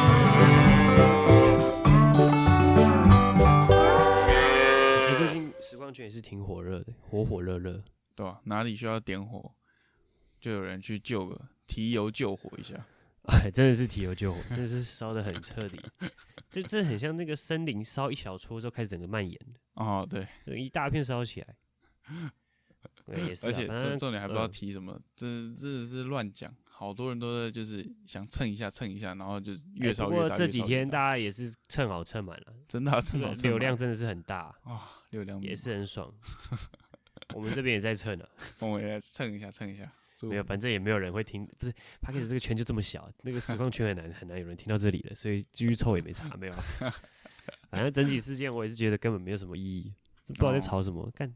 啊哎是挺火热的，火火热热。对吧、哪里需要点火，就有人去救个提油救火一下。哎，真的是提油救火，真的是烧的很彻底。这这很像那个森林烧一小撮之后开始整个蔓延，哦，对，就一大片烧起来。对，也是啊、而且反重正重点还不知道嗯提什么，这真的是乱讲。好多人都在就是想蹭一下蹭一下，然后就哎越烧不越大。过这越几烧越天大大家也是蹭好蹭满了，真的啊这蹭个到流量真的是很大，啊，流量也是很爽。嗯我们这边也在蹭啊，我们也来蹭一下蹭一下。没有，反正也没有人会听，不是 p a c k e t 这个圈就这么小，那个实况圈很难很难有人听到这里了，所以继续凑也没差，没有啊。反正整体事件我也是觉得根本没有什么意义，不知道在哦吵什么，干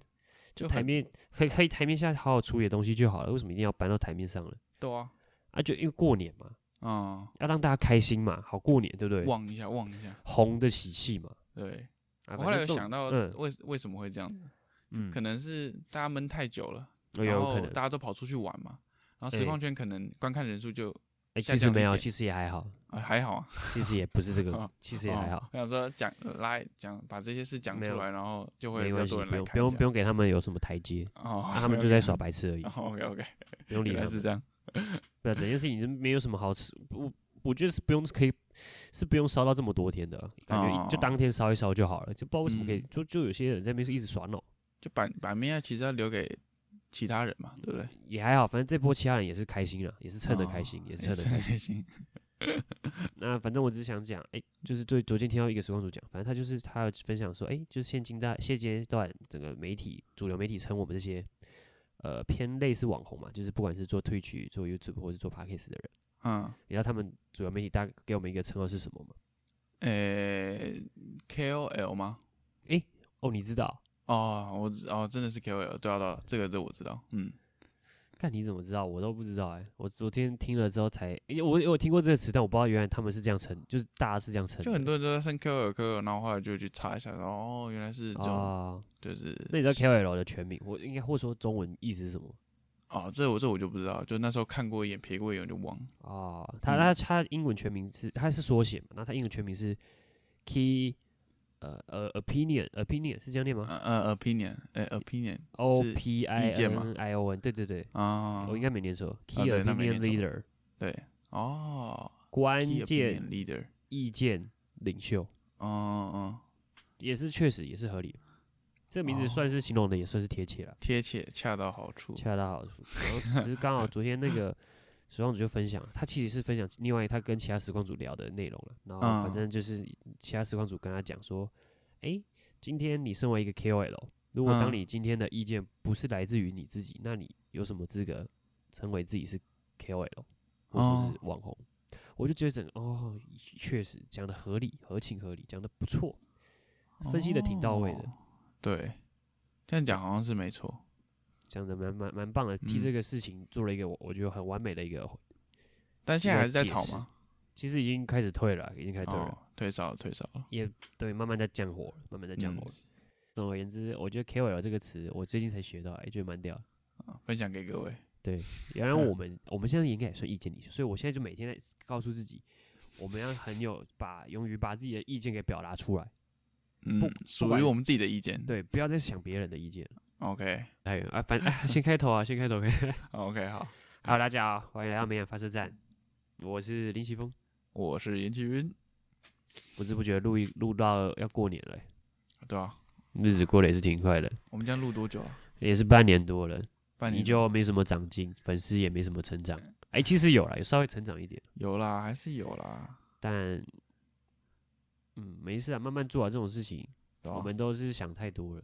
就就台很面可以可以台面下好好处理的东西就好了，为什么一定要搬到台面上了？对啊，啊，就因为过年嘛，嗯，要让大家开心嘛，好过年对不对？望一下望一下。红的喜气嘛。对，啊我后来反正这有种想到嗯为为什么会这样子，嗯可，能是大家闷太久了，有然有后可能大。家都跑出去玩嘛，然后哎实况圈可能观看人数就哎，下其实降了没一有，点其实也还 好，呃还好啊，其实也不是这个哦，其实也还哦好，我想说讲拉讲把这些事讲没出有来，然后就会没比较关系，多人不来用看不用不用用给他们有什么台阶，哦啊，他们 就在耍白痴而已， OK OK，不用理哦啊原他来是们。这样对啊，整件事情就没有什么好吃，我我觉得是不用可以是不用烧到这么多天的，感觉一就哦当天烧一烧就好了，就不知道为什么可以，嗯就就有些人在那边是一直耍闹，就版版面啊其实要留给其他人嘛，对不对？也还好，反正这波其他人也是开心了，也是蹭的开哦心，也是蹭也的是开心。开心， 那反正我只是想讲，哎、就是昨昨天听到一个时光主讲，反正他就是他有分享说，哎、就是现今大现阶段整个媒体主流媒体称我们这些呃偏类似网红嘛，就是不管是做 Twitch、做 YouTube 或是做 Podcast 的人，嗯，你知道他们主流媒体大概给我们一个称号是什么吗？诶，KOL 吗？哦，你知道？哦，我知哦，真的是 KOL，对啊对啊，这个这我知道，嗯，看你怎么知道？我都不知道哎、我昨天听了之后才，因为我有听过这个词，但我不知道原来他们是这样称，就是大家是这样称的，就很多人都在升 KOL KOL，然后后来就去查一下，然后哦，原来是这种，哦。就是那你知道 KOL 的全名？我应该或说中文意思是什么？哦，这我这我就不知道，就那时候看过一眼，瞥过一眼就忘了。哦，嗯他他他英文全名是他是缩写嘛，然后他英文全名是 Key 呃呃 Opinion Opinion 是这样念吗呃呃，opinion，哎，opinion ？O 是 P I 意见吗 N I O N 对对对，啊我，应该没念错 Key 对那没 Opinion 念错 Leader 对，哦关 key opinion 键 leader，意见领袖，哦哦，也是确实也是合理的，这个名字哦算是形容的也算是贴切了，贴切，恰到好处。恰到好处。然后只是刚好昨天那 个。时光组就分享，他其实是分享另外他跟其他时光组聊的内容了。然后反嗯正就是其他时光组跟他讲说，哎、今天你身为一个 KOL，如果当嗯你今天的意见不是来自于你自己，那你有什么资格称为自己是 KOL 或者说哦是网红？我就觉得整个哦，确实讲的合理、合情合理，讲的不错，分析的挺到位的哦，对，这样讲好像是没错。讲的蛮蛮蛮棒的，替嗯这个事情做了一个我我觉得很完美的一个，但现在还是在解吵释吗？其实已经开始退了，啊已经开始退了。哦，退烧了，退烧了。也对，慢慢在降火了，慢慢在降嗯火了。总而言之，我觉得 KOL 这个词，我最近才学到，哎、觉得蛮屌的。啊分享给各位。原来我们我们现在应该也算意见领袖，所以我现在就每天在告诉自己，我们要很有把勇于把自己的意见给表达出来，嗯不，属管于我们自己的意见。对，不要再想别人的意见了。 ，OK，哎呦啊， 反正、哎、先开头啊，先开头。 好，OK，好， Hello，大家好，欢迎来到美眼发射站，我是林奇峰。我是严启云，不知不觉录一录到要过年了、哎对啊，日子过得也是挺快的，我们这样录多久啊？也是半年多了。半你年就没什么长进，粉丝也没什么成长。哎、其实有啦，有稍微成长一点，有啦，还是有啦。但嗯，没事啊，慢慢做啊，这种事情、对啊我们都是想太多了。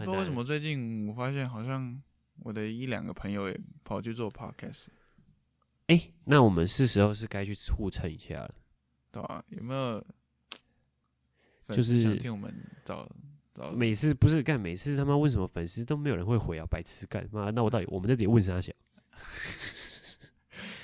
很知道为难什么最近我发现好像我的一两个朋友也跑去做 podcast，哎、那我们是时候是该去互蹭一下了。对吧、有没有？就粉丝想是听我们找找每次不是干，每次他妈为什么粉丝都没有人会回啊？白痴干妈！那我到底我们在这里问啥想？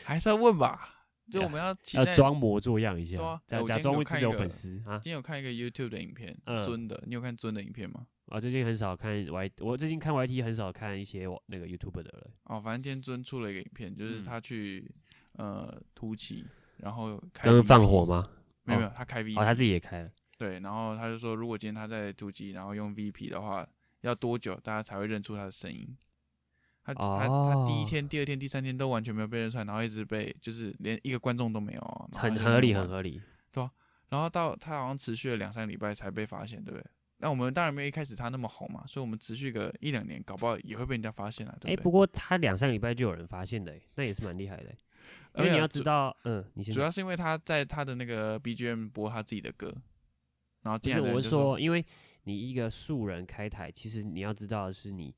还是要问吧？就我们要期哎要待。呃装模作样一下对啊，假哎我假今天装有自看己一有个粉丝啊今天有看一个 YouTube 的影片，嗯尊的，你有看尊的影片吗？啊！最近很少看 Y，我最近看 YT 很少看一些我那个 YouTube 的了。哦，反正今天尊出了一个影片，就是嗯他去、呃突袭，然后开刚刚 VP 放火？吗？没有哦没有，他开 V 哦，他自己也开了。对，然后他就说，如果今天他在突击，然后用 VP 的话，要多久大家才会认出他的声音？他、他他第一哦天、第二天、第三天都完全没有被认出来，然后一直被就是连一个观众都没有啊，然后很他就合理，慢慢很合理。然后到他好像持续了两三个礼拜才被发现，对不对？那我们当然没有一开始他那么红嘛，所以我们持续个一两年，搞不好也会被人家发现啊，哎、对不对？过他两三个礼拜就有人发现的、那也是蛮厉害的、因没为有你要知主道，嗯，你先主要是因为他在他的那个 BGM 播他自己的歌，然后不进来是的人我就是说，因为你一个素人开台，其实你要知道的是，你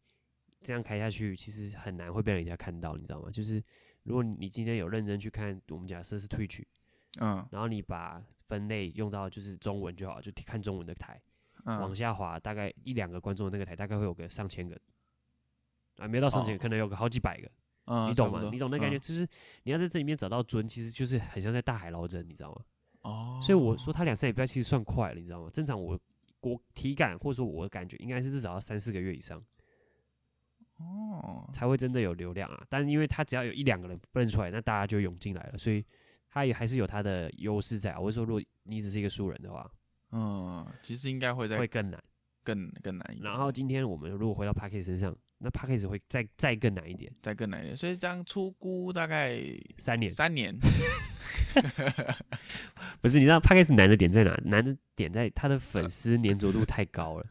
这样开下去，其实很难会被人家看到，你知道吗？就是如果你今天有认真去看，我们假设是 Twitch，嗯然后你把分类用到就是中文就好，就看中文的台，往嗯，下滑大概一两个观众的那个台，大概会有个上千个。啊，没有到上千个，哦可能有个好几百个，嗯你懂差不吗？多你懂那感觉，嗯就是你要在这里面找到尊，其实就是很像在大海捞针，你知道吗？哦？所以我说他两三礼拜其实算快了，你知道吗？正常我我体感或者说我的感觉应该是至少要三四个月以上哦，才会真的有流量啊。但是因为他只要有一两个人认出来，那大家就涌进来了，所以他也还是有他的优势在啊。我是说，如果你只是一个素人的话，嗯，其实应该会会再更难。更更难一点，然后今天我们如果回到 p a c k e 身上，那 p a c k e 会再再更难一点，再更难一点，所以这样出估大概三年。三年， 不是，你知道 p a c k e 难的点在哪？难的点在他的粉丝粘着度太高了。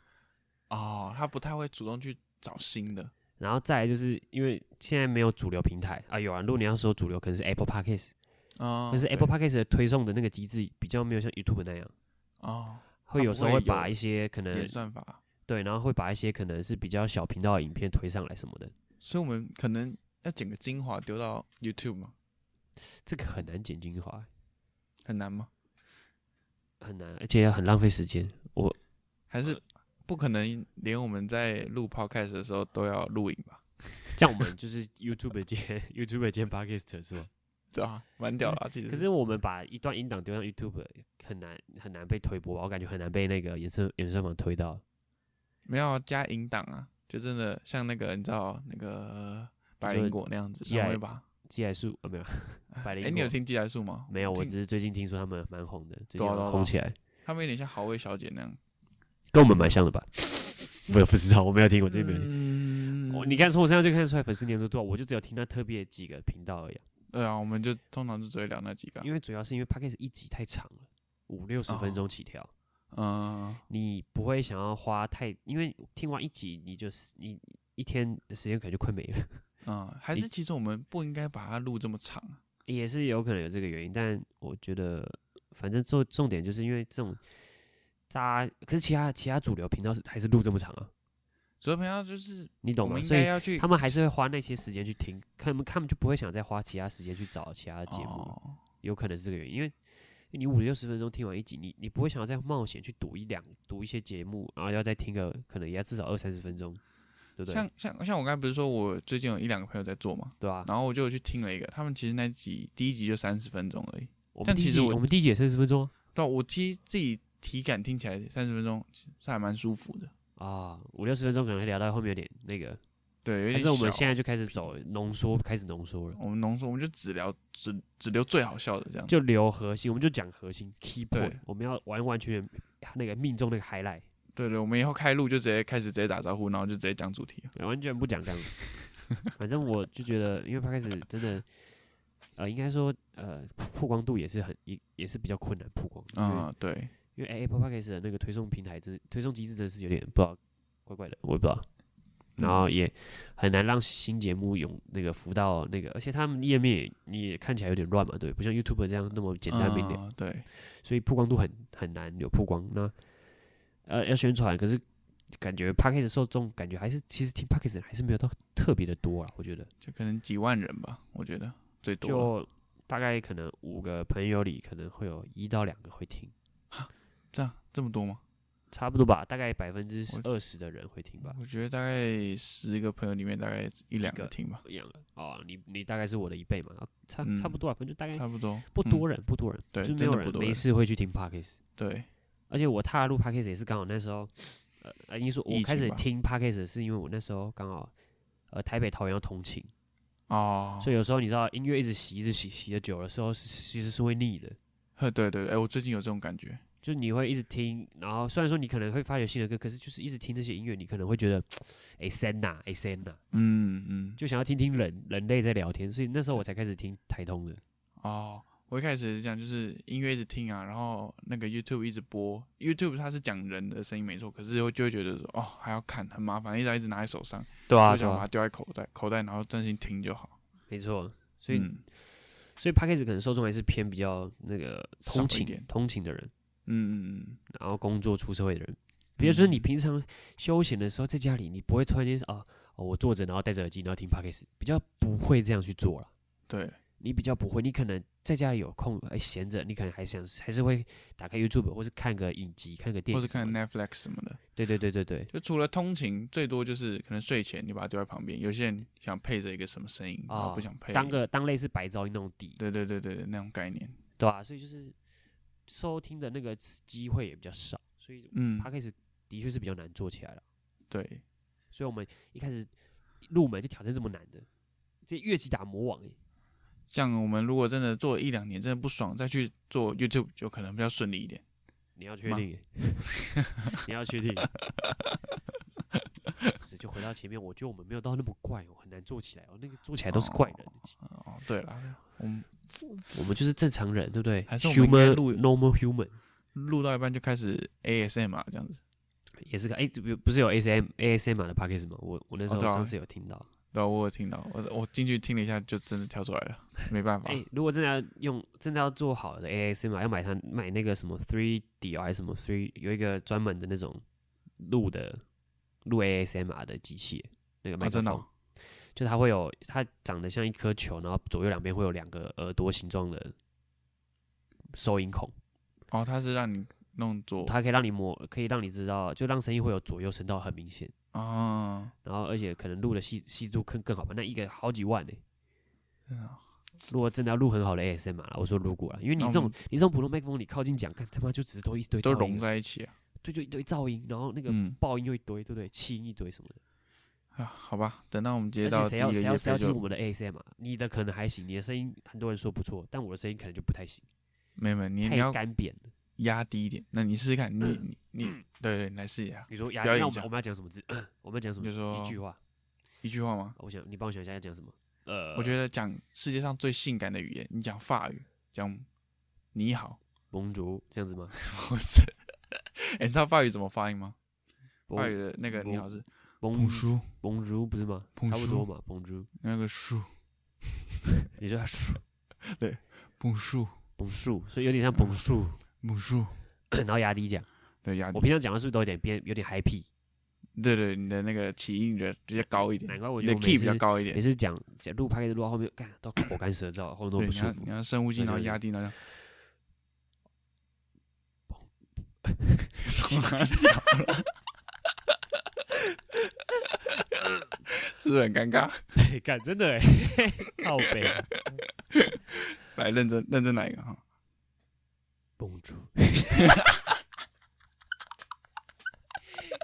哦，他不太会主动去找新的，然后再来就是因为现在没有主流平台啊，有啊。如果你要说主流，可能是 Apple p a c k e 啊，但是 Apple 对 Podcast 的推送的那个机制比较没有像 YouTube 那样，哦，会有时候它会不会有把一些可能演算法，对，然后会把一些可能是比较小频道的影片推上来什么的，所以我们可能要剪个精华丢到 YouTube 嘛，这个很难剪精华，很难吗？很难，而且也很浪费时间。我还呃是不可能连我们在录 Podcast 的时候都要录影吧？像我们就是 YouTube 兼 YouTube 兼 Podcast 是吗？对啊，蛮屌啦，其实。可是我们把一段音档丢上 YouTube 很难很难被推播吧，我感觉很难被那个衍生衍生网推到。没有啊加引档啊，就真的像那个你知道那个百说灵果那样子，寄来他会吧？寄来数啊没有啦百灵哎，你有果听寄来树吗？没有，我听只是最近听说他们蛮红的，最对近啊对啊红对啊起来。他们有点像好味小姐那样。跟我们蛮像的吧？ 我也不知道，我没有听，我真的没有听。嗯哦，你看从我身上就看得出来粉丝粘着度啊，我就只有听到特别几个频道而已啊、对啊，我们就通常就只会聊那几个啊。因为主要是因为 p a c k a g e 一集太长了，五六十哦分钟起跳，嗯，你不会想要花太，因为听完一集你就是你一天的时间可能就快没 了，嗯，还你是其实我们不应该把它录这么长啊。也是有可能有这个原因，但我觉得反正重重点就是因为这种。大家可是其他其他主流频道是还是录这么长啊，主要平常就是你我懂吗？们应所该以要去他们还是会花那些时间去听，他们他们就不会想再花其他时间去找其他的节目，哦有可能是这个原因。因为你五六十分钟听完一集，你你不会想要再冒险去读一两读一些节目，然后要再听个可能也要至少二三十分钟，对不对像？像像我刚才不是说我最近有一两个朋友在做嘛，对啊，然后我就有去听了一个，他们其实那集第一集就三十分钟而已。我们但第一其实集我我们第一集也三十分钟啊对啊，我其实自己体感听起来三十分钟其实还蛮舒服的。啊，五六十分钟可能会聊到后面有点那个，对，有但点是我们小现在就开始走浓缩，开始浓缩了，我们浓缩，我们就只聊只只留最好笑的这样。就留核心，我们就讲核心 key 对 point，我们要完完全全那个命中那个 highlight，对对，我们以后开录就直接开始直接打招呼，然后就直接讲主题了。完全不讲这样子。反正我就觉得，因为 p 开始真的，呃，应该说，呃，曝光度也是很也也是比较困难曝光的，啊、对，因为因为哎 Apple p o d c a s t 的那个推送平台真推送机制真的是有点不知道怪怪的，我也不知道，然后也很难让新节目涌那个浮到那个，而且他们页面也你也看起来有点乱嘛，对，不像 YouTube 这样那么简单明了，啊对，所以曝光度很很难有曝光。那呃要宣传，可是感觉 p a c k a g e 受众感觉还是其实听 p a c k a g e 还是没有到特别的多啊，我觉得就可能几万人吧，我觉得最多了。就大概可能五个朋友里可能会有一到两个会听，这样这么多吗？差不多吧，大概百分之我二十的人会听吧，我觉得大概十个朋友里面大概一两个一个听吧，一样的哦，你你大概是我的一倍嘛，啊差嗯差不多啊，反正大概差不多。不多嗯、人不多人，对就没真有的不人多没人事会去听 p a c k a g e 对，而且我踏入 podcast 也是刚好那时候，呃，呃，你说我疫开情始吧听 podcast 是因为我那时候刚好，呃，台北桃园要通勤，哦，所以有时候你知道音乐一直洗一直洗，洗的久了时候是其实是会腻的，呵对对对，哎，我最近有这种感觉，就你会一直听，然后虽然说你可能会发掘新的歌，可是就是一直听这些音乐，你可能会觉得，哎森呐，哎森呐，嗯嗯，就想要听听人人类在聊天，所以那时候我才开始听台通的。哦，我一开始也是这样，就是音乐一直听啊，然后那个 YouTube 一直播，YouTube 它是讲人的声音没错，可是又就会觉得说哦还要看很麻烦，一直要一直拿在手上，对就想把它，丢在口袋口袋，然后专心听就好。没错。所以、嗯所以 p a c k a g e 可能受众还是偏比较那个少通一勤点通勤的人，嗯嗯嗯，然后工作出社会的人。比如说嗯你平常休闲的时候在家里，你不会突然间啊、哦，我坐着然后戴着耳机然后听 p a c k a g e 比较不会这样去做了。对，你比较不会，你可能在家里有空哎闲着，你可能还想还是会打开 YouTube 或是看个影集、看个电或影者什么看的， Netflix 什么的，对对对对对。就除了通勤，最多就是可能睡前你把它丢在旁边，有些人想配着一个什么声音，然后哦不想配，当个当类似白噪音那种底，哎对对对对对那种概念，对吧、所以就是收听的那个机会也比较少，所以嗯 p，a c k a g e 的确是比较难做起来了。对，所以我们一开始入门就挑战这么难的，这越级打魔王哎、这样我们如果真的做一两年真的不爽，再去做 YouTube 就可能比较顺利一点。你要确吗定 欸、你要确定。不是，就回到前面，我觉得我们没有到那么怪哦，很难做起来哦。那个做起来都是怪人，哦，对了，我们我们就是正常人，对不对还是我们应该？Human 录 normal human 录到一半就开始 ASM 啊，这样子，也是个哎，这不不是有 ASM ASM 的 p a c k a g e 吗？我我那时哦候对啊上次有听到，对啊，我有听到，我我进去听了一下，就真的跳出来了，没办法哎、，如果真的要用，真的要做好的 ASMR，要买它买那个什么 Three D 啊还是什么 Three，有一个专门的那种录的录 ASMR 的机器，那个麦哦克真的风，哦就它会有它长得像一颗球，然后左右两边会有两个耳朵形状的收音孔，哦，他是让你弄左，它可以让你模，可以让你知道，就让声音会有左右声道很明显，啊，然后而且可能录的细细度更更好吧，那一个好几万呢、真啊的哦如果真的要录很好的 ASMR，啦我说如果啊，因为你那这我种们你这种普通麦克风，你靠近讲，看他妈就只是都一堆都噪音融了，在一起啊，对，就一堆噪音，然后那个嗯爆音又一堆，对不对？气音一堆什么的。啊，好吧，等到我们接而到且第谁要谁一个业要谁配要听我就们的 ASMR？你的可能还行，你的声音很多人说不错，但我的声音可能就不太行，没有没有，你你太要干扁了。压低一点，那你试试看， 你你你，对对，你来试一下，你说呀，表演那一我下们我们要讲什么字？ 我们要讲什么？你就说一句话。一句话吗？我想你帮我想一下要讲什么？呃，我得觉得讲世界上最性感的语言，你讲法语，讲你好， 蒙族这样子吗？不是，哎，你知道法语怎么发音吗？法语蒙的那个你好是蒙不叔，蒙族不是吗？蒙差不族多嘛，蒙族。那个叔你说 不叔蒙树，所以有点像蒙树，不叔， 然后压低讲。对压我低，平常讲话是不是都有点变，有点 happy？对对，你的那个起音的比较高一难点，怪我你觉得我每的 key 比次较高一点每，次讲讲录拍的录到后面，干到口干舌燥，后面都对，不你舒要服你。要深呼吸，对然后对对压低，然后这样什么啊笑了是不是很尴尬？对， 干真的哎，靠背啊来认真认真来一个哈，蹦住。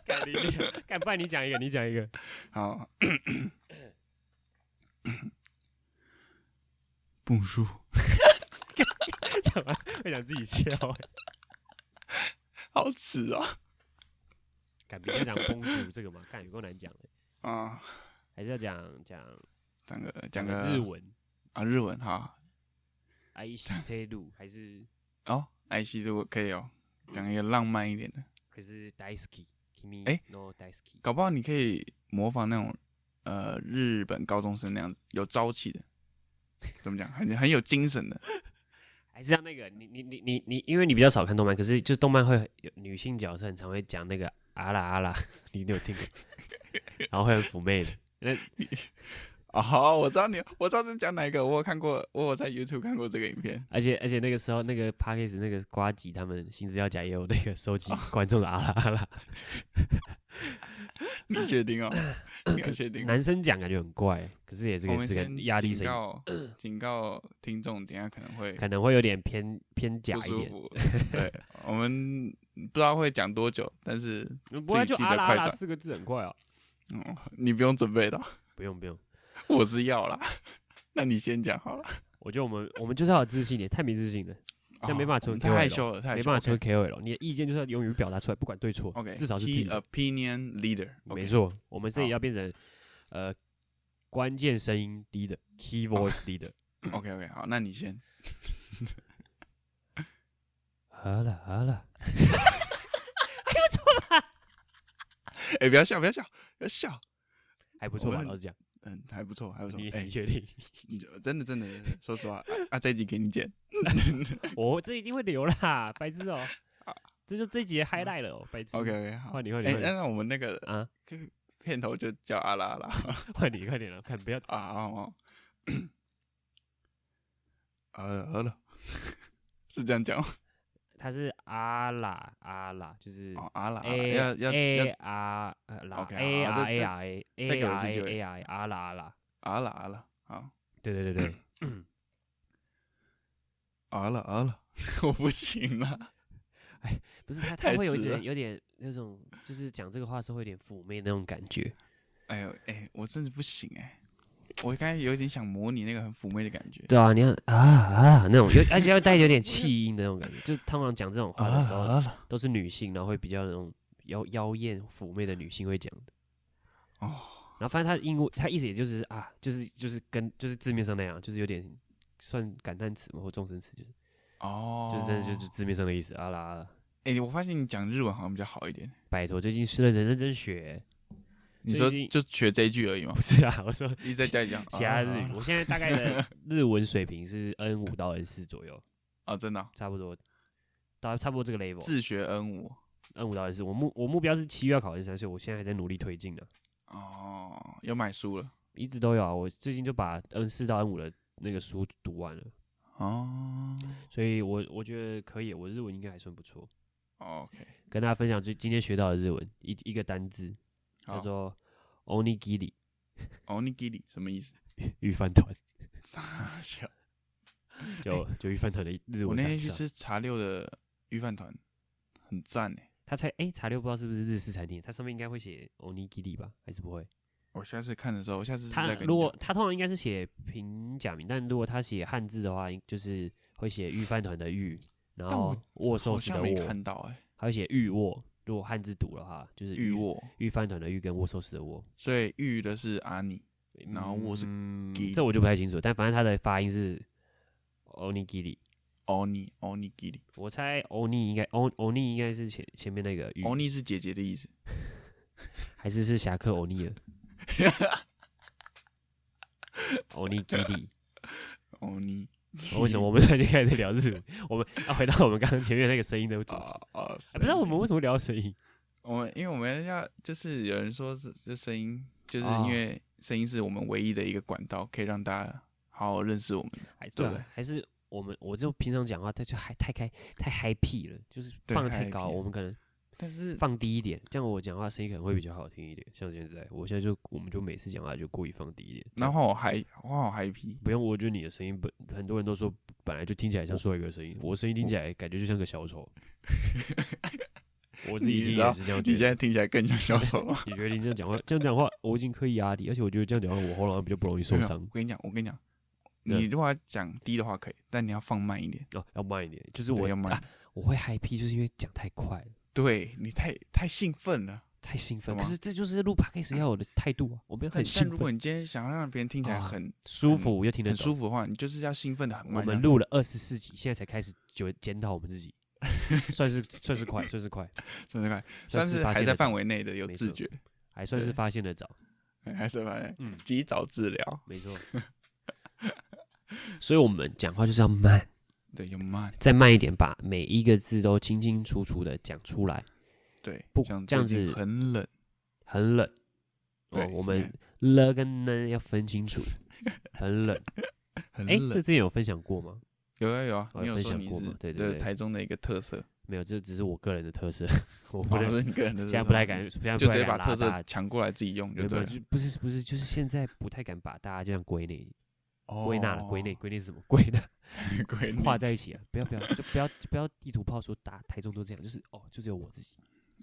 干你 娘干，不然你讲一个，你讲一个。好，不舒讲完会想自己笑欸。好吃啊干，不要讲蹦住这个嘛，干有够难讲的，啊！还是要讲讲讲个讲个个日 文。啊，日文哈爱西铁路还是哦，爱惜如果可以哦，讲一个浪漫一点的，还是 daisky kimi 哎 no daisky 搞不好你可以模仿那种呃日本高中生那样子，有朝气的， 怎么讲，很很有精神的。还是要那个你你你你你，因为你比较少看动漫，可是就动漫会有女性角色很常会讲那个啊啦啊啦，你一定有听过， 然后会很妩媚的。那 哦，我知道你，我知道在讲哪一个，我有看过，我有在 YouTube 看过这个影片。而且而且那个时候那个 p a c k a g e 那个瓜吉他们新资料夹也有那个收哦集观众的啊啦啊 啦，你确 定哦？你要确定？男生讲感觉很怪，可是也是我个们是个先压低警声音，告警告听众，等一下可能会可能会有点偏偏假不一舒点。服。 对，我们不知道会讲多久，但是不然就自己记得啊啦啊快啦转四个字很 快哦，嗯，你不用准备的，不用不用， 我 是要啦。那你先讲好了。我觉得我们我们就是要有自信一点，太没自信了。这样没办法成为哦太 KOL 害羞了，太害羞没办法成为 OK KOL，你的意见就是要勇于表达出来，不管对错 OK，至少是自 key 己的 opinion leader，没，错，我们自己好要变成呃关键声音 leader，key 哦 voice leader。 OK OK，好，那你先。好了好了，哎，不要笑，不要笑，不要笑。还不错我吧？们老实讲，嗯，还不错，还不错。你哎你，确定？ 你就真的真的，说实话，啊啊，这一集给你 剪。我这一定会留啦，白痴哦啊！这就这一节 highlight 了哦，白痴。 OK OK，好。换你换你哎，换那你那我们那个啊！片头就叫阿拉阿拉换你快点了，看不要啊啊哦。好了呃好了，是这样讲吗他是阿拉阿拉，就是哦，阿拉阿拉 A 要要 A 要 R 呃拉 OK，好 A 好 R 这 A 这 R A 再 A 给我 R 一次机 A 会 A R A 阿拉阿 拉，阿拉阿拉，好对对对对，阿拉阿拉， 我不行了。不 是他太他会有直一点了有点那种，就是讲这个话的时候会有点妩媚那种感觉。哎呦哎，我真的不行哎，我刚才有点想模拟那个很妩媚的感觉。对啊，你看啊啊那种，有而且要带有点气音的那种感觉。就是通常讲这种话的时候，拉都是女性，然后会比较那种妖妖艳妩媚的女性会讲的。哦，然后反正他英文他意思也就是啊，就是就是跟就是字面上那样，就是有点算感叹词嘛或众声词，就是哦，就是真的就是字面上的意思。啊啦啊啦，哎、我发现你讲日文好像比较好一点。拜托，最近是认真认真学，你最说近就学这一句而已嘛不，是啊，我说一直在家里讲 其他日啊语，我现在大概的日文水平是 N 五到 N 四左右，啊，真的啊、差不多，到差不多这个 level。自学 N 五 N 五到 N 四，呃我目我目标是七月要考 N 三，所以我现在还在努力推进呢、哦，有买书了一直都有啊。我最近就把 N 四到 N 五的那个书读完了，哦。所以我我觉得可以，我日文应该还算不错。 OK，跟大家分享最今天学到的日文一一个单字，好叫做 onigiri ，onigiri 什么意思？御饭团，傻笑就就御饭团的啊日我文那单天去词啊。吃茶六的鱼饭团，很赞哎。它才哎茶六不知道是不是日式餐厅，它上面应该会写 onigiri 吧，还是不会？我下次看的时候，我下次是他再跟如你果讲。他通常应该是写平假名，但如果他写汉字的话，应就是会写御饭团的御，然但我后握寿好司像的没握，看到哎、还会写御握。如果汉字读的话，就是玉握，御饭团的御跟握寿司的握。所以玉的是阿尼，然后握是嗯吉这我就不太清楚，但反正它的发音是 onigiri。 oni onigiri，oni 我猜 oni 应该 on oni 应该是前前面那个御，是姐姐的 意思。还是是侠客 oni 的 onigiri。 oni 为什么我们突然间开始聊日文？我们要回到我们刚刚前面那个声音的主题。啊啊，哎不知道我们。们为什么聊声音？我们因为我们要就是有人说是这声音，就是哦因为声音是我们唯一的一个管道，可以让大家好好认识我们。还对对不啊对，还是我们我就平常讲话，他就还太开太 happy 了，就是对放得太太 happy 高，了我们可能但是嗯放低一点，这样我讲话声音可能会比较好听一点。像现在，我现在就我们就每次讲话就故意放低一点，这然样后我还我好 happy，不用，我觉得你的声音本很多人都说本来就听起来像帅哥的声音，我声音听起来感觉就像个小 丑。我自己你听知道也是这样觉你现得。在听起来更像小丑了。你觉得你这样讲话，这样讲话我已经可以压力，而且我觉得这样讲话我喉咙比较不容易 没受有伤我。跟你讲，我跟你讲，对你如果要讲低的话可以，但你要放慢一点。哦，要慢一点，就是对我要慢一啊点，我会 happy，就是因为讲太快了。对你太太兴奋了。太兴奋，好可吗是这就是录 podcast 要有的态度嗯啊！我们要但很但兴如果奋，你今天想要让别人听起来啊很舒服又听得很懂。舒服的话，你就是要兴奋的很我慢。们这样录了二十四集，现在才开始检检讨我们自 己，算是算是快，算是 快，真的快，算是是发还现在得早范围内的，有没自错觉，还算是对发现的早。还是发现嗯，及早治疗。没 错。所以我们讲话就是要慢，对，有慢。再慢一点，把每一个字都清清楚楚的讲出来。对，不像这样最近子很冷。很冷，哦对，我现在们了跟呢要分清楚， 很冷。很哎，这冷。之前有分享过吗？有啊有啊，我你有分有说享你过是嘛对对对对台中的一个特色，没有，这只是我个人的特色，我不或能者哦是你个人的特色，现在不太敢，现在就不太直接敢把拉特大色家，抢过来自己用没就有没对有，了。就不是不是，就是现在不太敢把大家这样归类、哦归纳了、归类、归类是什么？归纳 归画纳在一起啊！不要不要，就不要就不要地图炮说打台中都这样，就是哦，就只有我自己，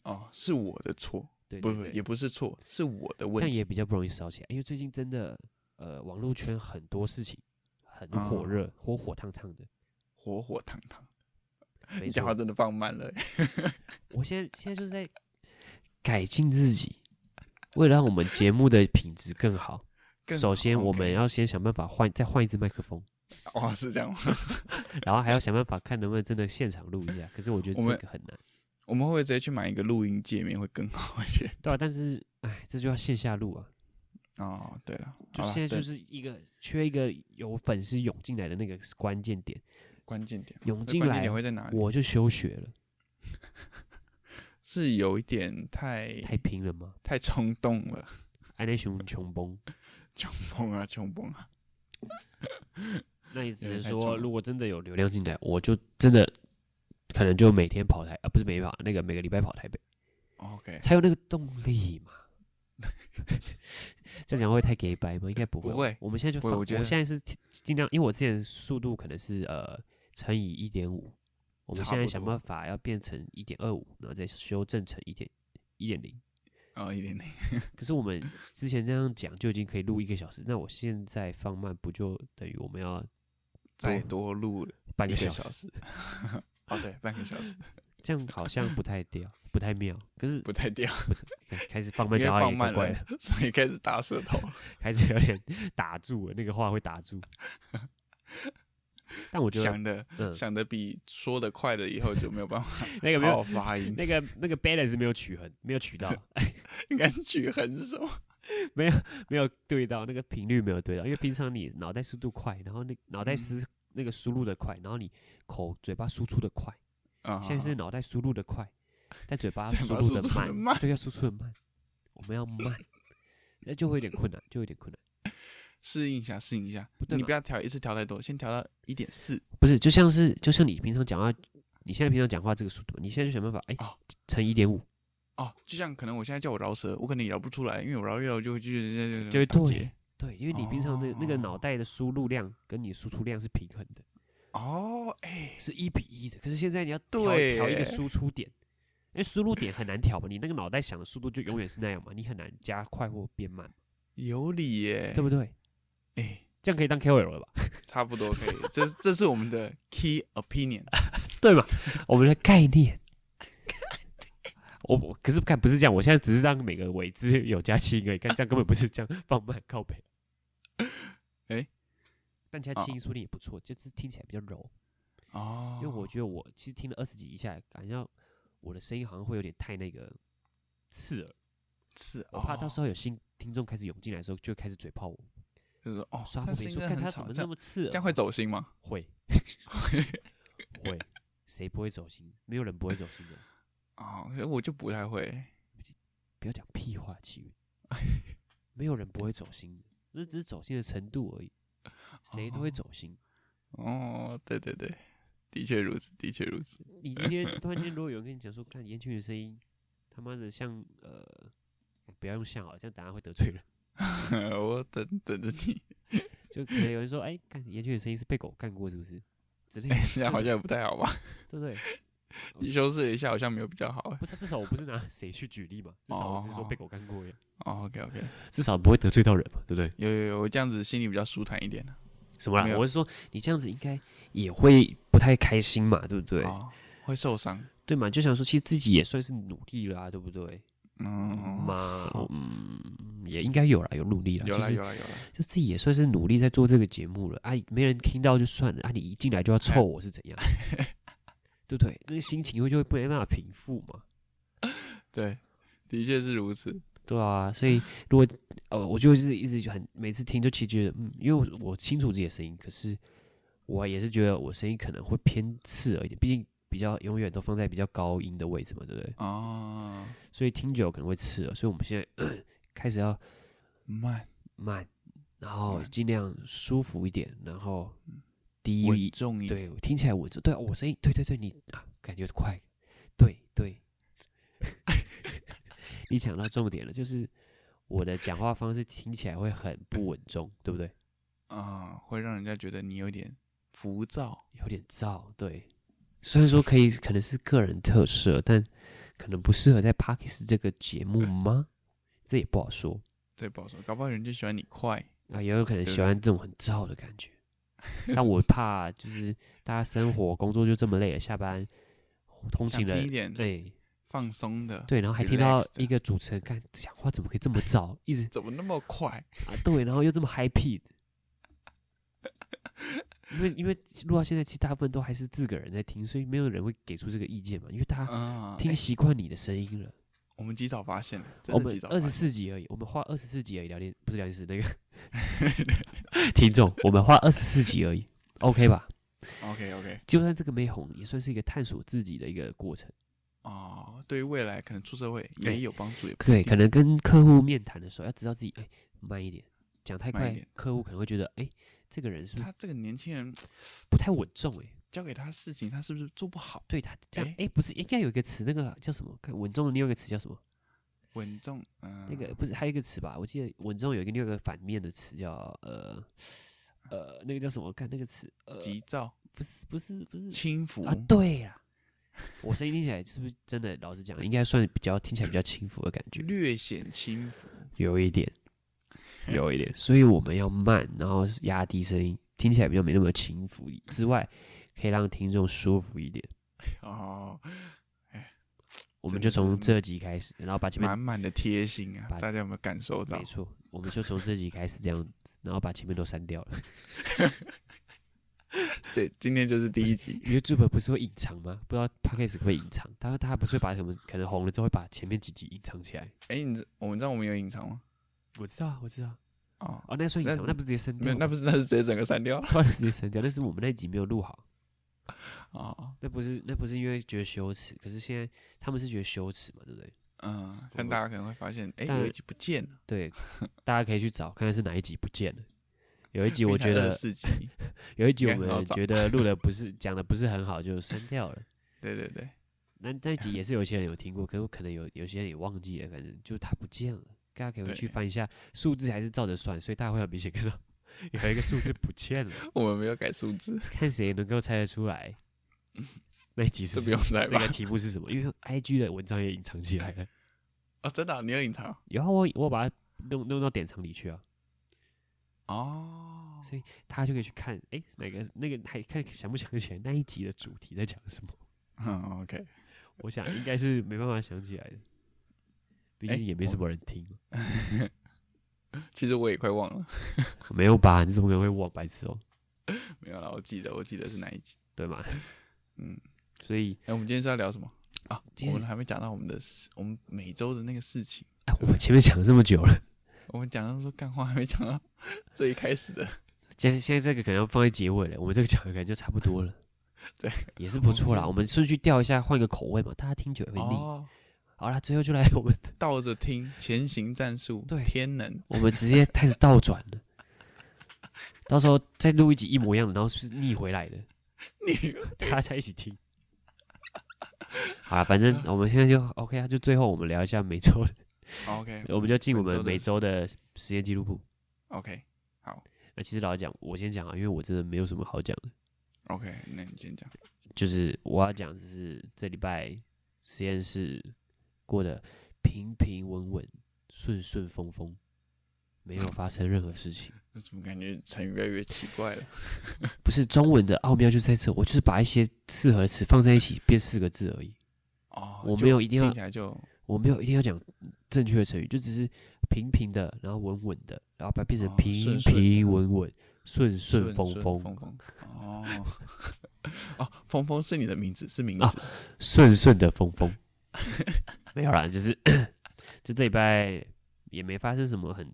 哦，是我的错，对不对不对也不是错，是我的这问样题。也比较不容易烧起来，因为最近真的呃，网络圈很多事情很火啊热、火火烫烫的，火火烫烫，没你讲话错，真的放慢了、欸我现在现在就是在改进自己，为了让我们节目的品质更好。更首先，好我们 OK 要先想办法换，再换一支麦克风，哦，是这样吗？然后还要想办法看能不能真的现场录一下。可是我觉得我这们个很难，我们会不会直接去买一个录音界面会更好一点？ 对啊，但是，哎，这就要线下录啊，哦，对了，就好啦现在就对是一个缺一个有粉丝涌进来的那个关键点，关键点，涌那进关键来点会在哪里？我就休学了，是有一点太太拼了吗？太冲动了，安内熊穷崩，穷疯啊，穷疯啊！那也只有能点太重说，了如果真的有流量进来，我就真的可能就每天跑台啊，不是每天跑，那个每个礼拜跑台北，哦 OK，才有那个动力 嘛。这样讲会不会太 gay 白吗？应该不会。不会我们现在就不会放，我觉得现在是尽量，因为我之前速度可能是呃乘以一点五，我们差现在不想多办法要变成一点二五，然后再修正成一点一点零。 哦，一点点，可是我们之前那样讲就已经可以录一个小时，那我现在放慢不就等于我们要再多录了半一个小小时？时。哦，对，半个小 时这样好像不太掉，不太妙。可是不太掉，开开始放因慢为讲话有放点慢怪怪了的，，所以开始打舌头。开始有点 打住了，那个话会打住。但我觉得，想的嗯，想的比说的快了，以后 就没有办法那个没好好有发音。那个那个 balance 没有取衡，没有取 到，你敢举横是什么？没有对到那个频率没有对到，因为平常你脑袋速度快，然后那脑袋嗯思、那个输入的快，然后你口嘴巴输出的快，啊现在是脑袋输入的快，但嘴巴 嘴输巴入输的出得慢，慢对，要输出的慢，我们要慢， 那就会有点困难，就有点困难。适应一下，适应一下。不对你嘛不要调一次调太多，先调到一点四。不是，就像是就像你平常讲话，你现在平常讲话这个速度，你现在就想办法，哎、哦乘一点五，哦，就像可能我现在叫我饶舌，我可能也饶不出来，因为我饶越饶就会就就会打对结对，因为你平常的那个脑袋的输入量跟你输出量是平衡的，哦，哎、是一比一的。可是现在你要调对调一个耶输出点，因为输入点很难调嘛，你那个脑袋想的速度就永远是那样嘛，你很难加快或变慢，有理耶、对不对？哎、这样可以当 KOL 了吧？差不多可以。这这是我们的 key opinion。对嘛？我们的概 念。我我可是看不是这样，我现在只是让每个尾字有加气音而已，看这样根本不是这样放慢靠背。 诶但其他哦气音说不定也不错，就是听起来比较柔。哦，因为我觉得我其实听了二十集以下，感觉到我的声音好像会有点太那个刺耳，是，哦我怕到时候候有新听众开始涌进来的时候，就开始嘴炮我，就是说哦，刷那副评声音说真的看很他吵怎么这那样么刺这耳，样会走心吗？ 会会，谁不会走心？没有人不会走心的。哦，可是我就不太会。不要讲屁话，奇遇，没有人不会走心的，那只是走心的程度而已，谁都会哦走心。哦，对对对，的确如此，的确如此。 你今天突然间，如果有人跟你讲说，看言情的声音，他妈的像呃，不要用像好了，这样等下会得罪人。我等等着你，就可能有人说，哎、看言情的声音是被狗干过是不是？之类的，这哎样好像也不太好吧？ 对不对？你修饰一下，好像没有比较好。啊不是，啊至少我不是拿谁去举例嘛，至少我只是说被狗干过呀，啊哦，OK OK，至少不会得罪到人嘛，对不对？有有有，我这样子心里比较舒坦一点啊了。什么啦？没有我是说，你这样子应该也会不太开心嘛，对不对？哦，会受伤。对嘛？就想说，其实自己也算是努力了啊，对不对？嗯，嘛，嗯，也应该有啦，有努力啦，有啦就是有啦有啦。就自己也算是努力在做这个节目了啊，没人听到就算了啊，你一进来就要臭我是怎样， 对不对？那个心情会就会没办法平复嘛，对，的确是如此。对啊，所 以如果呃，我就是一直很每次听就其实觉得嗯，因为我我清楚自己的声音，可是我也是觉得我声音可能会偏刺耳一点，毕竟比较永远都放在比较高音的位置嘛，对不对？哦，所以听久可能会刺耳，所以我们现在 开始要慢，慢，然后慢尽量舒服一点，然后低稳于重一点。对，听起来稳重。对啊，我声音，对对对，你啊，感觉快，对对， 你讲到重点了，就是我的讲话方式听起来会很不稳重，对不对？啊、会让人家觉得你有点浮躁。有点燥，对。虽然说可以，可能是个人特色，但可能不适合在 Parkes 这个节目吗？这也不好说对，不好说，搞不好人就喜欢你快。啊，也有可能对喜欢这种很燥的感觉。但我怕就是大家生活工作就这么累了，下班通勤想了，听一点哎、放松的，，对，然后还听到 relaxed 一个主持人干讲话怎么可以这么早，一直怎么那么快？啊对，然后又这么 happy。因为因为录到现在，其实大部分都还是自个人在听，所以没有人会给出这个意见嘛。因为大家啊，听哎习惯你的声音了。我们及早发现了，真我的及们早发二十现。四集而已，我们花二十四集而已聊天，不是聊天室那个 听众，我们花二十四集而已，OK 吧？ OK OK，就算这个没红，也算是一个探索自己的一个过程。哦，对于未来可能出社会对也有帮助，也不一对，定可能跟客户面谈的时候，要知道自己哎、慢一点，讲太慢快一点，客户可能会觉得哎、这个人是不是他这个年轻人不太稳重哎、交给他事情，他是不是做不好？对他这样哎哎、不是应该有一个词，那个叫什么？看稳重的另外一个词叫什么？稳重，嗯、那个不是还有一个词吧？我记得稳重有一个另外一个反面的词叫呃呃，那个叫什么？看那个词，呃，急躁、不是不是不是轻浮、啊，对啦，我声音听起来是不是真的？老实讲，应该算比较听起来比较轻浮的感觉，略显轻浮。有一点，有一点。所以我们要慢，然后压低声音，听起来比较没那么轻浮之外，可以让听众舒服一点。哦，我们就真的从是这集开始，然后把前面满满的贴心啊把！大家有没有感受到没？错，我们就从这集开始这样子，然后把前面都删掉了。对，今天就是第一集。 YouTube 不是会隐藏吗？不知道 Podcast 可不可以隐藏？他他不是会把什么可能红了之后会把前面几集隐藏起来？哎、你知我们知道我们有隐藏吗？我知道啊，我知道。哦，哦，那算隐那藏，那不是直接删没掉有，吗？那不是，那是直接整个删掉了。后来直接删掉，但是我们那集没有录好，哦，那不是那不是因为觉得羞耻，可是现在他们是觉得羞耻嘛，对哦不对？嗯，我但大家可能会发现，哎、但有一集不见了。对， 大家可以去找看看是哪一集不见了。有 一集我觉二得 十，四集，有一集我应该很好们找觉得录的不是讲的不是很好，就删掉了。对对对，那那集也是有些人有听过，可是我可能有有些人也忘记了，反正就它不见了。大家可以回去对翻一下，数字还是照着算，所以大家会很明显看到有一个数字不见 了，我们没有改数字，看谁能够猜得出 来那一集是这不什么用再那吧个？题目是什么，因为 I G 的文章也隐藏起 来了。哦，真的啊、你有隐藏然后我我把它弄弄到典藏里去啊，哦？ 所以他就可以去看，诶，哪个那个还看想不想起来那一集的主题在讲什么？嗯，OK，我想应该是没办法想起来的，毕诶竟也没什我么人听嘛。其实我也快忘了，没有吧？你怎么可能会忘白痴哦、没有啦，我记得，我记得是哪一集。对吗？嗯，所以哎、我们今天是要聊什么啊？今我天们还没讲到我们的事，我们每周的那个事情，哎，我们前面讲了这么久了，我们讲到说干话，还没讲到 最开始的。现在现在这个可能要放在结尾了，我们这个讲的感觉就差不多了。 对，嗯也是不错啦。我们顺序调一下，换个口味嘛，大家听久也会腻。哦，好啦，最后就来我们倒着听，前行战术，对天能我们直接开始倒转了。到时候再录一集一模一样的，然后是逆回来的，你大家在一起听。好啦，反正我们现在就 OK 啊，就最后我们聊一下每 周的，好 OK 我们就进我本们周的每周的实验记录簿。 OK 那其实老实讲，我先讲啊，因为我真的没有什么好讲的。 OK，那你先讲。就是我要讲，就是这礼拜实验室过得平平稳稳、顺顺风风，没有发生任何事情。那怎么感觉成语越来越奇怪了？不是中文的奥妙就在这，我就是把一些适合的词放在一起变四个字而已。哦，我就没有一定要听起来就我没有一定要讲正确的成语，就只是平平的，然后稳稳的，然后把它变成哦平顺顺的平稳稳、顺顺风顺风、风风。哦哦，风风是你的名字，是名啊字。顺顺的风风。没有啦，就是就这礼拜也没发生什么很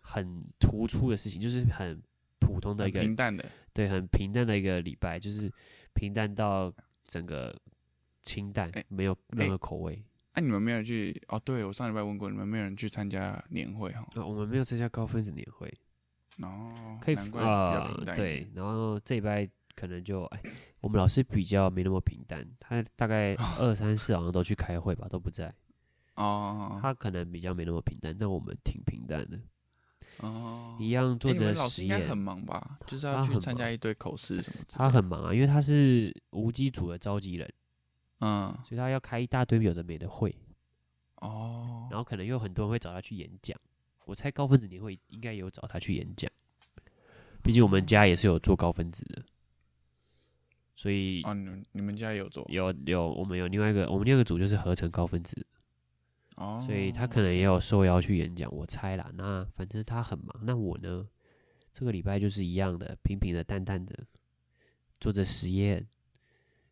很突出的事情，就是很普通的一很个平淡的，对很平淡的一个礼拜，就是平淡到整个清淡，哎没有任哎何口味。那、你们没有去哦？对我上礼拜问过，你们没有人去参加年会哈、呃我们没有参加高分子年会，哦，可以难怪比较啊、平淡一对点。，然后这礼拜可能就哎，我们老师比较没那么平淡，他大 概二三四好像都去开会吧，都不在。哦他可能比较没那么平淡，但我们挺平淡的，哦，一样做诶你着们老师实应该验很。忙吧？就是他要去很参加忙一堆口试什么之类的。他很忙啊，因为他是无机组的召集人，嗯所以他要开一大堆有的没的会，哦然后可能有很多人会找他去演讲。我猜高分子年会应该有找他去演讲，毕竟我们家也是有做高分子的，所以哦，你们你们家也有做有有我们有另外一个我们另外一个组就是合成高分子，哦，所以他可能也有受邀去演讲，我猜啦。那反正他很忙，那我呢，这个礼拜就是一样的，平平的、淡淡的，做着实验，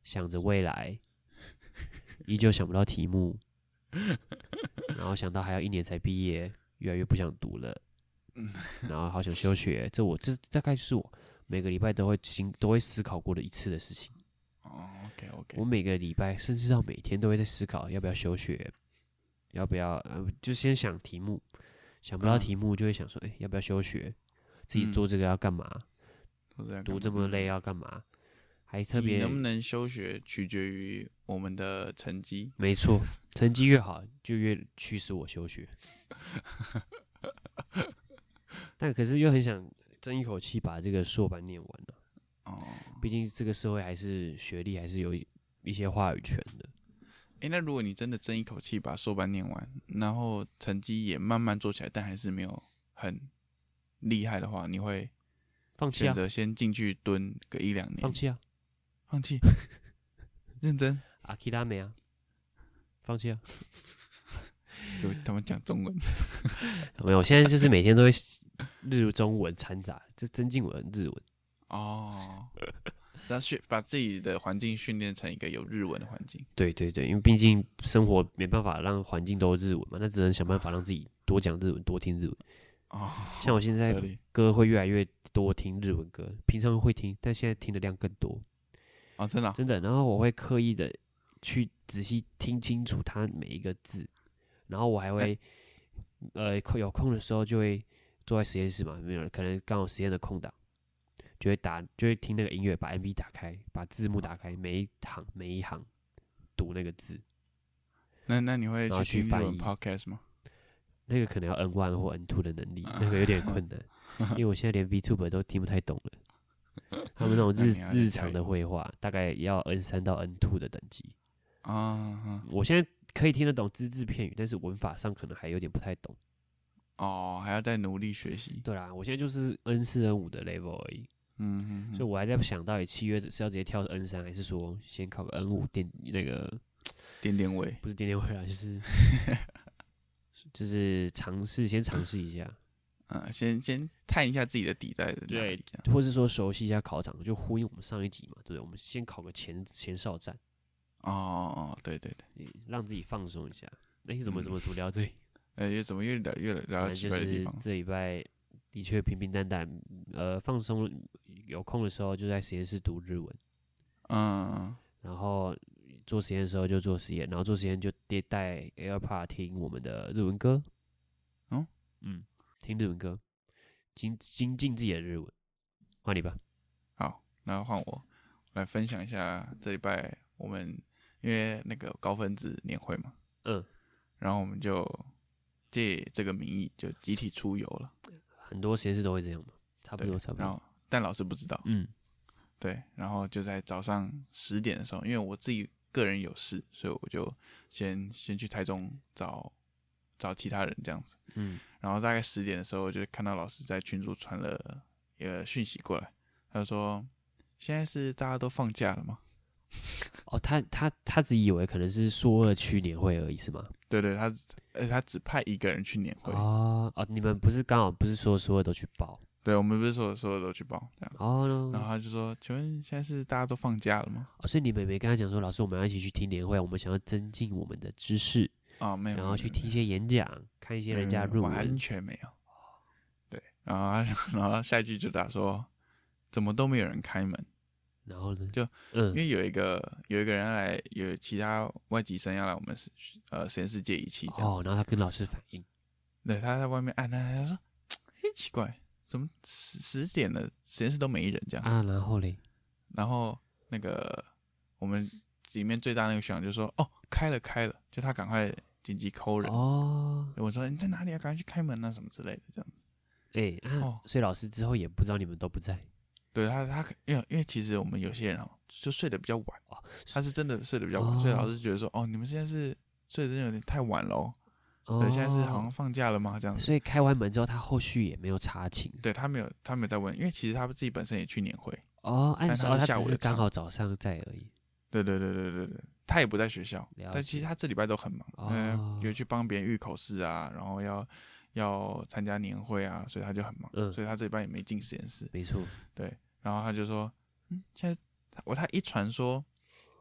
想着未来，依旧想不到题目，然后想到还要一年才毕业，越来越不想读了，嗯然后好想休学。这我这大概就是我每个礼拜都会心都会思考过的一次的事情。哦，OK 我 OK，每个礼拜甚至到每天都会在思考要不要休学，要不要呃，就先想题目，想不到嗯题目就会想说，哎、要不要休学？自己嗯做这个要干嘛？我在读干这嘛么嗯累要干嘛？还特你别能不能休学取决于我们的成绩。没错，成绩越好就越驱使我休 学，但可是又很想争一口气把这个硕班念完了、哦，毕竟这个社会还是学历还是有一一些话语权的。诶，那如果你真的争一口气把硕班念完，然后成绩也慢慢做起来，但还是没有很厉害的话，你会放弃选啊，择先进去蹲个一两年，放弃啊，放弃，认真，阿基拉美啊，放弃啊！就他们讲中文， 没有，我现在就是每天都会 日中文掺杂，这增进我的日文。哦，那训把自己的环境训练成一个有日文的环境。对对对，因为毕竟生活没办法让环境都日文嘛，那只能想办法让自己多讲日文，多听日文。哦，像我现在合理歌会越来越多听日文歌，平常会听，但现在听的量更多，哦，真的啊、真的。然后我会刻意的去仔细听清楚它每一个字，然后我嗯还会，呃，空有空的时候就会坐在实验室嘛，没有人可能刚好实验的空档，就会打，就会听那个音乐，把 MV 打开，把字嗯幕打开，每一行每一行读那个字，那那你会然后去去听日翻文译 podcast 吗？那个可能要 N one 或 N two 的 能力，那个有点困难，因为我现在连 VTuber 都听不太懂了。他们那种 那日你还是日加常的油绘画，大概也要 N 三到 N two 的等级。啊、啊我现在可以听得懂只字片语，但是文法上可能还有点不太懂。哦，还要再努力学习。对啦，我现在就是 N 四 N 五的 level 而已，嗯，嗯所以嗯我还在想到底契约是要直接跳 N 三，还是说先考个 N 五垫那个点点尾不是垫垫回来，就是 就是尝试先尝试一下，啊，先先探一下自己的底在的哪对里，这样或是说熟悉一下考场，就呼应我们上一集嘛，对不对？我们先考个前前哨战，嗯哦哦哦，对对对，让自己放松一下。哎、怎么怎嗯么怎么聊到这里？呃，越怎么越聊越聊反到正奇就怪的地是方，这礼拜的确平平淡淡，呃，放松有空的时候就在实验室读日文，嗯，然后做实验的时候就做实验，然后做实验就带带 AirPod 听我们的日文歌，哦，嗯，听日文歌，精精进自己的日文。换你吧，好，那换我来分享一下这礼拜我们因为那个高分子年会嘛，嗯，然后我们就借这个名义就集体出游了，很多实验室都会这样嘛，差不对多差，不然多，后但老师不知道，嗯，对，然后就在早上十点的时候，因为我自己个人有事，所以我就先先去台中找找其他人这样子。嗯，然后大概十点的时候，就看到老师在群组传了一个讯息过来，他就说：“现在是大家都放假了吗哦，他他他只以为可能是硕二区年会而已是吗？？”对对，他而且他只派一个人去年会。哦哦，你们不是刚好不是说所有都去报对，我们不是说所有都去报这样。哦然后他就说：“请问现在是大家都放假了吗哦所以你们没跟他讲说，老师我们要一起去听年会，我们想要增进我们的知识，？”啊，没有。然后去没有听一些演讲，看一些人家的论完文。全没有。对，然后他然后下一句就 打说，怎么都没有人开门，然后呢，就因嗯为有一个有一个人来，有其他外籍生要来我们实呃实验室借仪器这样。哦，然后他跟老师反映，对，他在外面按，他他说，嘿，奇怪，怎么十十点了，实验室都没人这样。啊，然后嘞，然后那个我们里面最大那个学长就说，哦，开了开了，就他赶快紧急抠人。哦，我说你在哪里啊？赶快去开门啊，什么之类的这样。哎啊哦，所以老师之后也不知道你们都不在，对他，他可因为因为其实我们有些人哦，就睡得比较晚哦，他是真的睡得比较晚，所以哦老师觉得说，哦，你们现在是睡得真的有点太晚了哦，对，现在是好哦像放假了嘛，这样子。所以开完门之后，他后续也没有查寝对他没有，他没有在问，因为其实他自己本身也去年会，哦，按但说他哦是他下只午是的刚场好早上在而已。对对对对对对，他也不在学校，了但其实解他这礼拜都很忙，哦嗯，有去帮别人预口试啊，然后要要参加年会啊，所以他就很忙，嗯所以他这礼拜也没进实验室。没 错，然后他就说，嗯，现在他我他一传说，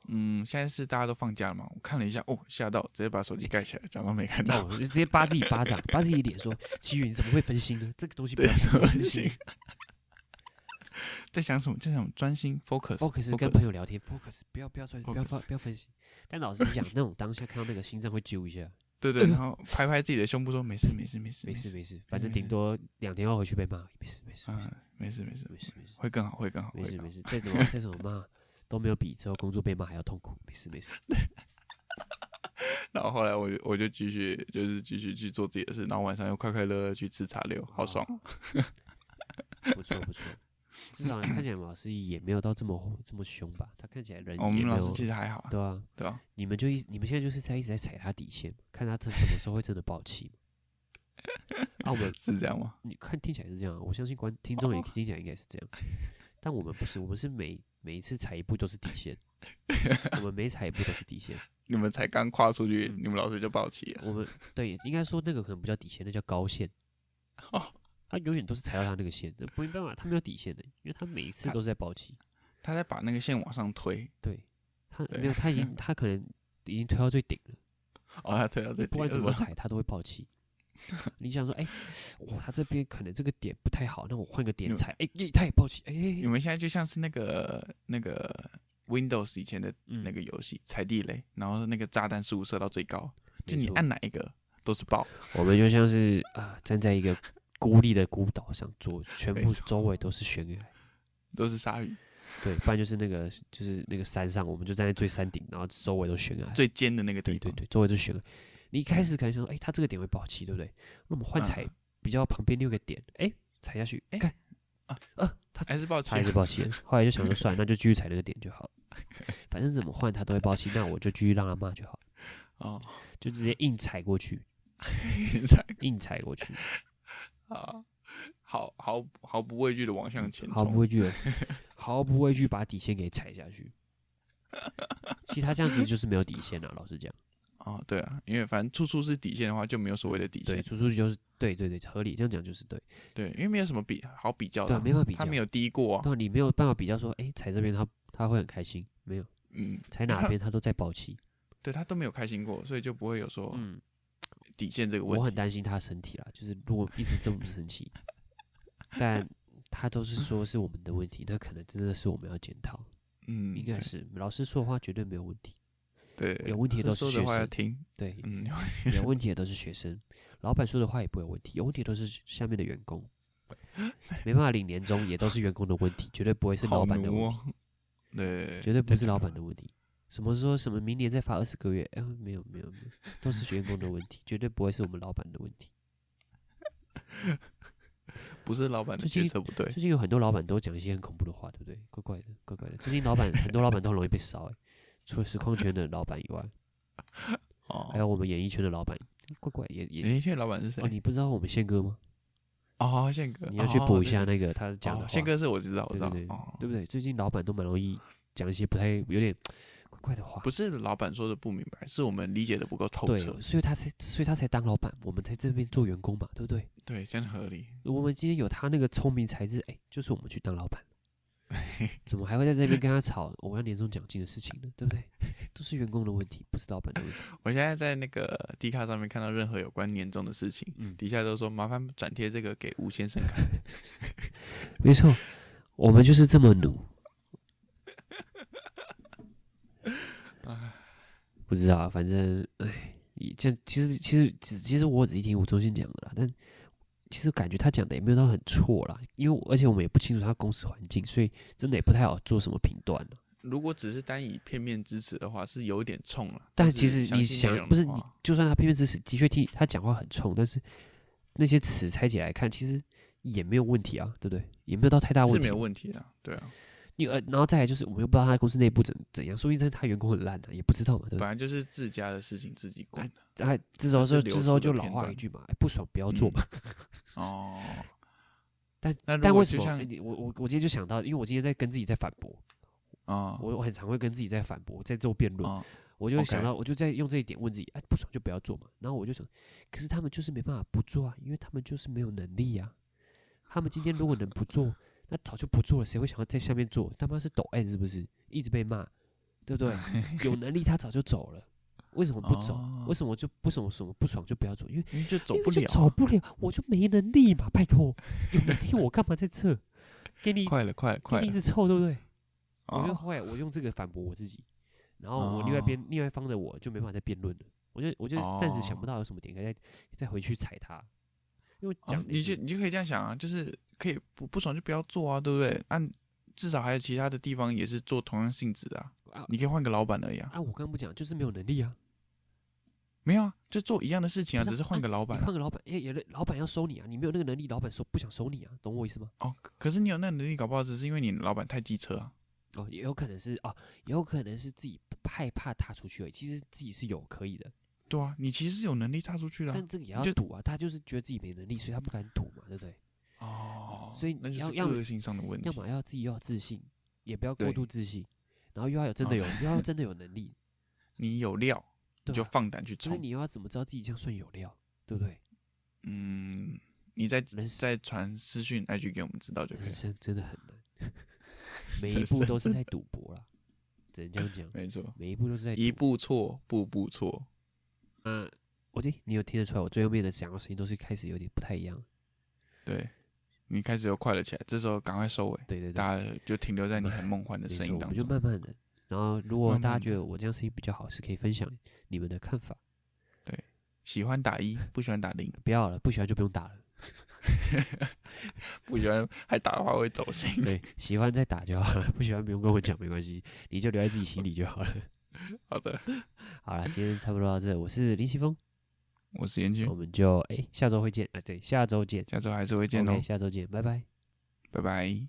嗯，现在是大家都放假了嘛，我看了一下，哦，吓到，直接把手机盖起来，假装没看那到我，就直接扒自己巴掌， 扒自己脸，说：“齐宇，你怎么会分心呢？这个东西不对要，怎么行？ 在想什么？在想什么专心 focus focus 跟朋友聊天，focus 不要不要专，不要发不要分心。但老实讲，那种当下看到那个心脏会揪一 下，对对，然后拍拍自己的胸部说没事没事没事没事事，没事，反事正没顶事多两天后回去被骂，没事没事嗯，没事没事，没事没事会更好会更好，没会事更好没事，再怎 么再怎么骂都没有比之后工作被骂还要痛苦，没事没事。然后后来我就我就继续就是继续去做自己的事，然后晚上又快快乐乐去吃茶六，好爽。哦不错不错，至少你看起来我们老师也没有到这么这么凶吧？他看起来人我也们没老师有其实还好啊，对啊，对吧？你们就一你们现在就是在一直在踩他底线，看他他什么时候会真的爆气。 啊，我们是这样吗？你看听起来是这样啊，我相信观听哦众也听起来应该是这样，但我们不是，我们是每每一次踩一步都是底线，我们每踩一步都是底线。你们才刚跨出去，嗯你们老师就抱起了。我们对应该说那个可能不叫底线，那叫高线。哦他永远都是踩到他那个线的，不没办法，他没有底线的，因为他每一次他都是在爆气。他在把那个线往上推，对他对没有，他已 经他可能已经推到最顶了，哦，他推到最不底管了怎么是吧踩他都会爆 气。你想说，哎、哇，他这边可能这个点不太好，那我换个点你踩，哎、耶他也爆气，哎、你们现在就像是那个那个 Windows 以前的嗯那个游戏踩地雷，然后那个炸弹数射到最高，就没你错按哪一个都是爆。我们就像是啊、站在一个孤立的孤岛上，左全没部错周围都是悬崖，都是鲨鱼，对，不然就是那个就是那个山上，我们就站在最山顶，然后周围都悬崖，最尖的那个地对方。对对，周围都悬崖。你一开始可能想说，哎、他这个点会爆气，对不对？那我们换嗯踩比较旁边另一个点，哎、踩下去，哎、哎看，啊啊，他还是抱起他还是了爆气了。哎后来就想说，算了，那就继续踩那个点就好了。反正怎么换他都会爆气，那我就继续让他骂就好， 哦，就直接硬踩过去，踩硬踩过去，啊，毫毫毫不畏惧的往向前嗯毫不冲。畏 惧地，毫不畏惧把底线给踩下去。其实他这样子就是没有底线了、啊老实讲，哦，对啊，因为反正处处是底线的话，就没有所谓的底对，线。出出去就是对对对，合理这样讲就是对。对，因为没有什么比好比较的对啊，啊没办法比他较没有低过啊。那你没有办法比较说，哎、踩这边他他会很开心，没有嗯，踩因为哪他边他都在爆 气。对他都没有开心过，所以就不会有说嗯，底线这个问我题。很担心他身体啦，就是如果一直这么生 气，但他都是说是我们的问题，那可能真的是我们要检讨，嗯，应该是老师说的话绝对没有问题，对，对有问题的都老师是说学的话要生，听。对，嗯，有有问题的都是学生，老板说的话也不会有问题，有问题都是下面的员 工，没办法领年终也都是员工的问题，绝对不会 是 好老板的奴问哦题，对对绝对，对不是老板的问题。什么说什么明年再发二十个月？哎、没有没有没有，都是员工的问题，绝对不会是我们老板的问题。不是老板的最决近策不对。最近有很多老板都讲一些很恐怖的话，对不对？怪怪的，怪怪的。最近老板很多老板都很容易被烧、欸，除了实况圈的老板以外，哦还，有我们演艺圈的老板，怪怪也也。你现在老板是谁哦，？你不知道我们宪哥吗？哦，宪哥，你要去补一下那那个他讲的话。宪哥是我知道，我对知道对对，，哦对不对？最近老板都蛮容易讲一些不太有点怪怪的话，不是老板说的不明白，是我们理解的不够透对彻，。所以他才所以他才当老板，我们在这边做员工嗯嘛，对不对？对，这样合理。我们今天有他那个聪明才智，哎，就是我们去当老 板，怎么还会在这边跟他吵我要年终奖金的事情呢？对不对？都是员工的问题，不是老板的问题。我现在在那个 D 卡上面看到任何有关年终的事情，嗯，底下都说麻烦转贴这个给吴先生 看。没错，我们就是这么努。不知道啊，反正哎，你这其实其实其实其实我仔细听吴宗宪讲的啦，但其实感觉他讲的也没有到很错啦，因为我而且我们也不清楚他公司环境，所以真的也不太好做什么评断了。如果只是单以片面支持的话，是有点冲了。但是其实详你细内容想，的不是你话，就算他偏偏支持，的确听他讲话很冲，但是那些词拆解来看，其实也没有问题啊，对不对？也没有到太大问是题，没有问题的，对啊，因为呃，然后再来就是我们又不知道他公司内部怎怎样，说不定真的他员工很烂啊的、也不知道嘛，对不本对？来就是自家的事情自己管的呃哎，这时候这啊是就流这时出候的就老片话段一句嘛，哎，不爽不要做嗯嘛。哦。 但那如但果为什就么？像哎你我我我今天就想到，因为我今天在跟自己在反驳，啊我我很常会跟自己在反驳，在做辩论，啊我就会 OK 想到，我就在用这一点问自己，哎，不爽就不要做嘛。然后我就想，可是他们就是没办法不做啊，因为他们就是没有能力呀、他们今天如果能不做，那早就不做了，谁会想要在下面做？他妈是抖 M 是不是？一直被骂，对不对？有能力他早就走了，为什么不走？为什么就不什么什么不爽就不要做？因为 因为哦就走因为不就了啊，走不了，我就没能力嘛，拜托，有能力我干嘛在这？给你快了，快了，给快你一直了！臭，对不对？我就啊后来我用这个反驳我自己，然后哦我另外边、另外一方的我就没办法再辩论了，我就我就暂时想不哦到有什么点可以再再回去踩他，因为哦讲、嗯你就你就可以这样想啊，就是可以不不爽就不要做啊，对不对？按、至少还有其他的地方也是做同样性质的、啊，啊你可以换个老板而已啊。啊，我刚刚不讲就是没有能力啊，没有啊，就做一样的事情啊，不是啊只是换个老你板、啊。换个老板，哎、也老板要收你啊，你没有那个能力，老板收不想收你啊，懂我意思吗？哦，可是你有那能力，搞不好只是因为你老板太机车啊。哦，也有可能是哦，也有可能是自己害怕踏出去而已，其实自己是有可以的，对啊，你其实是有能力踏出去的啊、但这个也要就赌啊，他就是觉得自己没能力，所以他不敢赌嘛，对不对？哦，所以那就要是要个性上的问题要。么要自己要有自信，也不要过嗯对度自信，然后又要有真哦的有，对又要真的有能 力，你有料，对你就吧放胆去就是冲。你又要怎么知道自己这样算有料，对不对？嗯，你再人生再传私讯 IG 给我们知道就可以人了。生真的 很难，每一人步生都是在赌博啦，只能这样 讲，没错，每一步都是在一赌。步错，步步错。嗯，我觉得你有听得出来，我最后面的讲的声音都是开始有点不太一样。对，你开始又快了起来，这时候赶快收尾，对对对，大家就停留在你很梦幻的没声错，音我当们就中。慢慢的。然后，如果慢大家慢觉地得我这样声音比较好，是可以分享你们的看法。喜欢打一，不喜欢 打零，不要了，不喜欢就不用打 了。不喜欢还打的话会走心。对，喜欢再打就好了，不喜欢不用跟我讲，没关系，你就留在自己心里就好了。好的，好啦，今天差不多到这，我是林奇峰，我是严我君，们就哎、下周会见啊，对，下周见下周还是会见 o 哦 k，下周见，拜拜。拜拜。